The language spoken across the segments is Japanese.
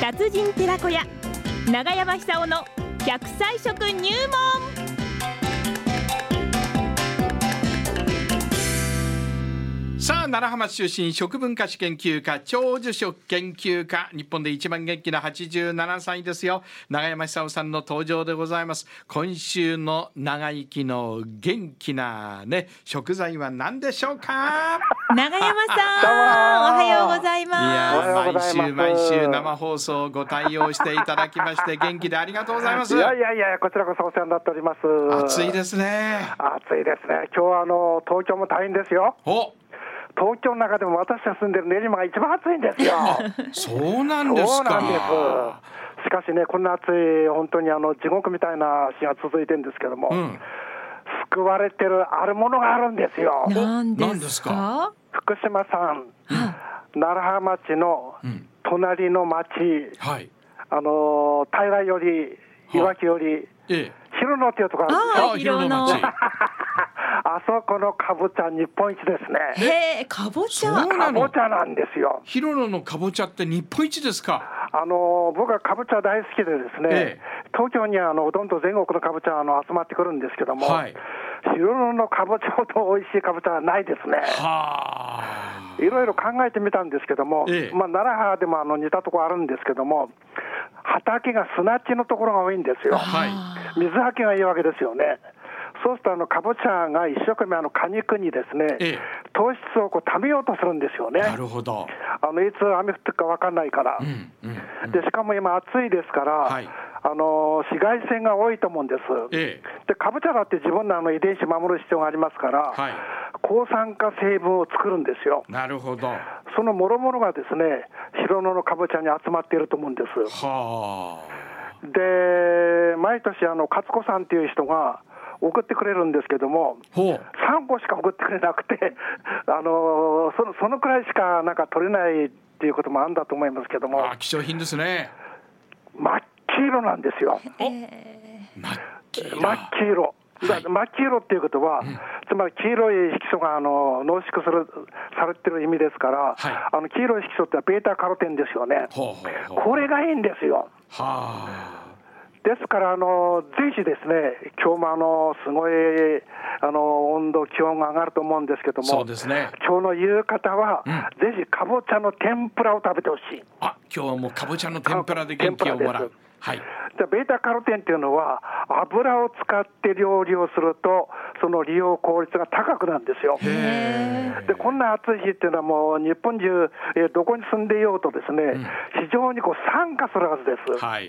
達人寺子屋長山久夫の百歳食入門さあ奈良浜市出身食文化史研究家長寿食研究家日本で一番元気な87歳ですよ永山久夫さんの登場でございます今週の長生きの元気なね食材は何でしょうか 長山どうもさんおはようございいまおはやようご毎ざいます週毎週生放送ご対応していただきまして元気でありがとうございますいやいやいや、こちらこそお世話になっております。暑いですね暑いですね。今日はあの東京も大変ですよ。お東京の中でも私が住んでる練馬が一番暑いんで すよ。そうなんですかそうなんです。しかしね、こんな暑い、本当にあの地獄みたいな日が続いてるんですけども、うん救われてるあるものがあるんですよ。すなんおなんでですすかか福島さん、楢葉町のうん隣の町、はいあの平より、いわきより、ええ広野っていうところあるんですよあああ広野広野町あそこのかぼちゃ日本一ですね。へえかぼちゃそうかなぼのちゃなんですよ。広野のかぼちゃって日本一ですかあの僕はかぼちゃ大好きでですね、ええ東京にはあのほとんど全国のかぼちゃあの集まってくるんですけども、はい白野のかぼちゃほど美味しいかぼちゃはないですね。はあいろいろ考えてみたんですけども、ええまあ、奈良派でもあの似たところあるんですけども、畑が砂地のところが多いんですよ。はい水はけがいいわけですよね。そうするとあのかぼちゃが一生懸命あの果肉にですね、ええ糖質をこう貯めようとするんですよね。なるほどあのいつ雨降ってるか分かんないから、うんうんでしかも今、暑いですから、はいあの紫外線が多いと思うんです、ええでカボチャだって自分のあの遺伝子守る必要がありますから、はい抗酸化成分を作るんですよ、なるほどはそのもろもろがですね、白野のカボチャに集まっていると思うんです。あで毎年あの勝子さんっていう人が送ってくれるんですけども、ほう3個しか送ってくれなくて、 あのそのそのくらいしかなんか取れないっていうこともあるんだと思いますけども。あ貴重品ですね真っ黄色なんですよ、真っ黄真っ色黄色。だ真っ黄色っていうことは、つまり黄色い色素があの濃縮するされてる意味ですから、はいあの黄色い色素ってのはベータカロテンですよね、ほうほうほうこれがいいんですよ。はですから、あのぜひですね、今日もあのすごいあの温度、気温が上がると思うんですけどあそうも、ですね今日の夕方は、ぜひかぼちゃの天ぷらを食べてほしい。あ今日はもうかぼちゃの天ぷらで元気をもらうはいじゃあベータカロテンっていうのは、油を使って料理をすると、その利用効率が高くなるんですよ。で、こんな暑い日っていうのは、もう日本中、えーどこに住んでいようとですね、非常にこう酸化するはずです。はいはいは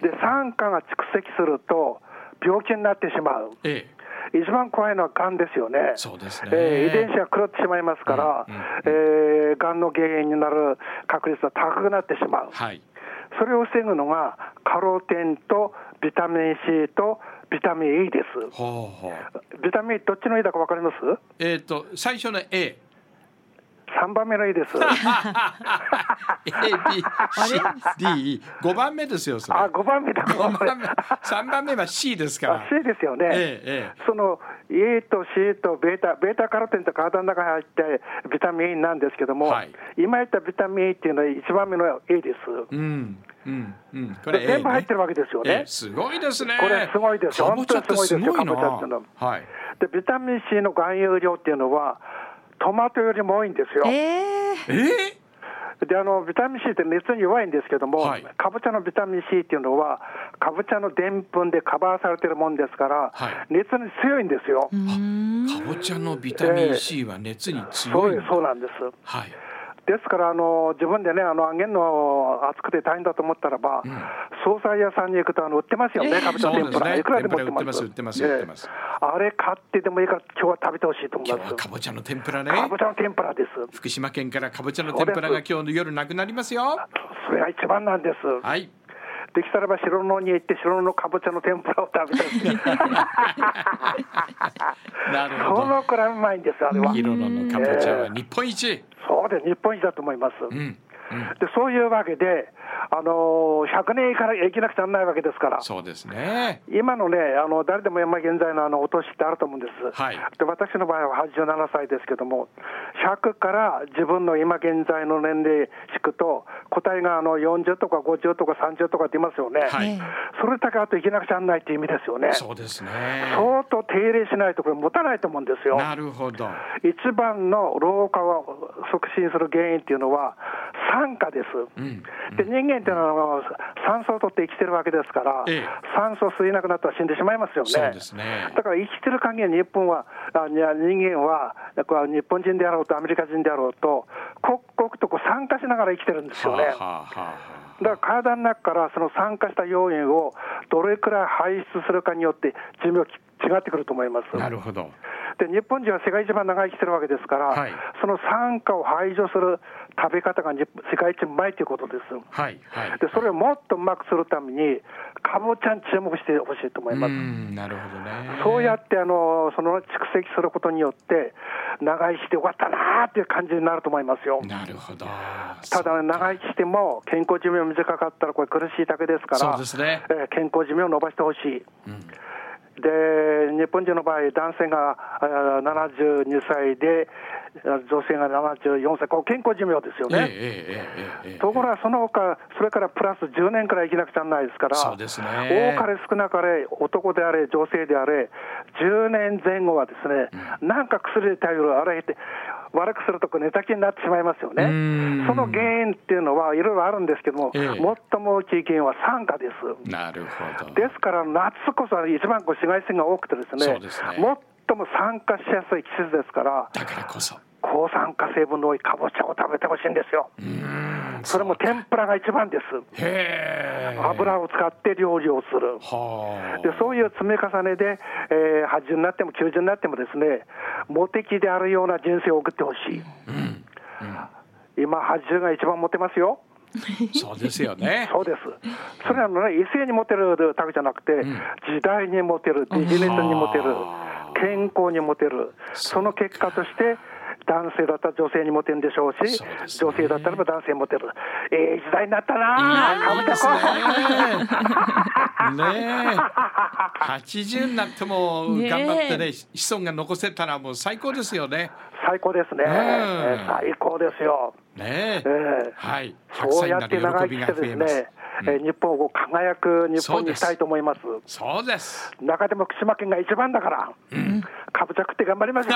いで、酸化が蓄積すると、病気になってしまう。ええ一番怖いのはがんですよね。そうですねえー遺伝子が狂ってしまいますから、えーがんの原因になる確率は高くなってしまう。はいそれを防ぐのがカロテンとビタミン C とビタミン E です。ほうほうビタミン E どっちの E だかわかりますえっ、と最初の A ?3 番目の E です。 ABCD5 番目ですよそれあ、5番目だ。五番目3番目は C ですからあ C ですよね。ええええその E と C とベータ、ベータカロテンと体の中に入ってビタミン E なんですけども、はい今言ったビタミン E っていうのは1番目の E です。うんうんうんこで全部入ってるわけですよねええすごいですねこれすごいですよかぼちゃってすごい本な当にすごいですよかぼちゃってのはいで、ビタミン C の含有量っていうのは、トマトよりも多いんですよ。えええであのビタミン C って熱に弱いんですけども、はいかぼちゃのビタミン C っていうのは、かぼちゃのでんぷんでカバーされてるもんですから、はい熱に強いんですよ。かぼちゃのビタミン C は熱にそ強いうでんだそうなんです。はいですから、あの自分でね、あの揚げるの暑くて大変だと思ったらば、惣菜屋さんに行くとあの売ってますよね、かぼちゃの天ぷら、そうですねいくらでも売ってます。天ぷら売ってます売ってますええあれ買ってでもいいから、今日は食べてほしいと思い今日まはす。かぼちゃの天ぷらねかぼちゃの天ぷらです。福島県からかぼちゃの天ぷらが今日の夜なくなりますよそれが一番なんです。はいできたらば白野に行って白野のかぼちゃの天ぷらを食べたいなるほそどのくらいうまいんですあれは広野のかぼちゃは日本一そうです日本一だと思います、うんでそういうわけで、あのー100年から生きなくちゃならないわけですからそうですね今のねあの誰でも今現在のあのお年ってあると思うんです、はいで私の場合は87歳ですけども100から自分の今現在の年齢引くと、答えがあの40とか50とか30とかって言いますよね。はいえそれだけあといけなくちゃなんないっていう意味ですよね。そうですね。相当定例しないとこれ持たないと思うんですよ。なるほど。一番の老化を促進する原因っていうのは酸化です。うん。で人間っていうのは酸素を取って生きてるわけですから、ええ酸素を吸えなくなったら死んでしまいますよね。そうですね。だから生きてる限り日本は、あいや人間は、これは日本人であろうとアメリカ人であろうと、刻々とこう酸化しながら生きてるんですよね。はあはあはあだから体の中からその酸化した要因をどれくらい排出するかによって寿命き違ってくると思います。なるほど。で日本人は世界一番長い生きてるわけですから、はいその酸化を排除する食べ方が日世界一うまいということです。はいはい。でそれをもっとうまくするために、かぼちゃに注目してほしいと思いうます。んなるほどね。そうやってあのその蓄積することによって、長生きしてよかったなーっていう感じになると思いますよ。なるほど。ただ、長い生きしても健康寿命短かったら、これ、苦しいだけですから、そうですね。えー健康寿命を伸ばしてほしい。うんで日本人の場合、男性があー72歳で、あ女性が74歳、こう健康寿命ですよえええね。えええええところがその他それからプラス10年くらい生きなくちゃならないですから、そうですね多かれ少なかれ、男であれ、女性であれ、10年前後はですね、なんか薬で頼る、あれって、悪くするとこう寝たきりになってしまいますよねうーん、その原因っていうのはいろいろあるんですけども、ええ最も大きい原因は酸化です。なるほど。ですから、夏こそ一番こう紫外線が多くてですね、そうですね最も酸化しやすい季節ですから、だからこそ。抗酸化成分の多いかぼちゃを食べてほしいんですよ。うんそれも天ぷらが一番です。へえ。油を使って料理をする。はあ。でそういう積み重ねで、えー80になっても90になってもですね、モテ期であるような人生を送ってほしい。今、80が一番モテますよ。そうですよね。そうです。それなのね、異性にモテるだけじゃなくて、時代にモテる、ビジネスにモテるはあ、健康にモテる、その結果として、男性だったら女性にモテるんでしょうし、そうですね女性だったらば男性にモテる。ええ時代になったなあいいですね。ねえ。80になっても頑張ってね、子孫が残せたらもう最高ですよね。最高ですね。んえー最高ですよ。ねええ。えはい。100そう歳やにっなてる長喜生びきしがて増でえすまねす。、えー日本を輝く日本にしたいと思います。そう です。中でも福島県が一番だから、かぶちゃ食って頑張りましょう。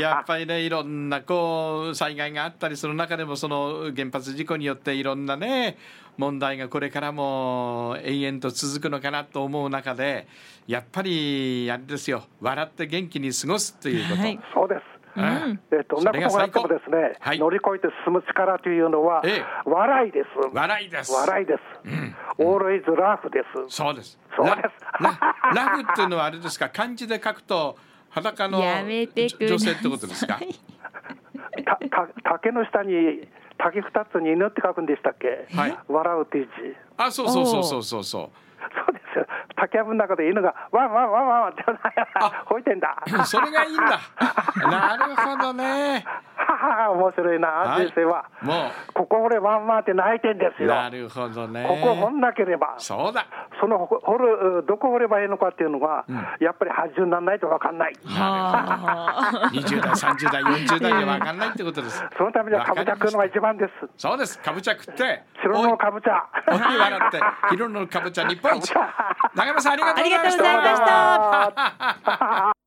やっぱりねいろんなこう災害があったりする中でもその原発事故によっていろんなね問題がこれからも永遠と続くのかなと思う中でやっぱりあれですよ笑って元気に過ごすということ、はい そうです。うんえーどんなことがあってもですね、はい乗り越えて進む力というのは、ええ笑いです。笑いです笑いです。オールイズラフです。そうですそうですラララフっていうのはあれですか漢字で書くと裸のやめてください女性ってことで すかたた竹の下に竹二つに犬って書くんでしたっけ？はい笑うっていう字。あそうそうそうそうそうそうそうですよ。竹やぶの中で犬がワンワンワンワンって 吠えてんだ。うんそれがいいん だ。なるほどね。ははは 面白いな、はい人生は。もここ俺ワンワンって泣いてんですう。よ。なるほどね。ここ掘んなければ、そそうだ。の掘掘るどこ掘ればいいのかっていうのが、やっぱり80にならないと分かんない。はあ二十代、三十代、四十代でわかんないってことです。そのためにはかぶちゃ食うのが一番です。そうです。かぶちゃ食って。白のかぶちゃ。おいおい笑 って、 昼のかぶちゃ日本一。長山さん、ありがとうございまし。ありがとうございましたた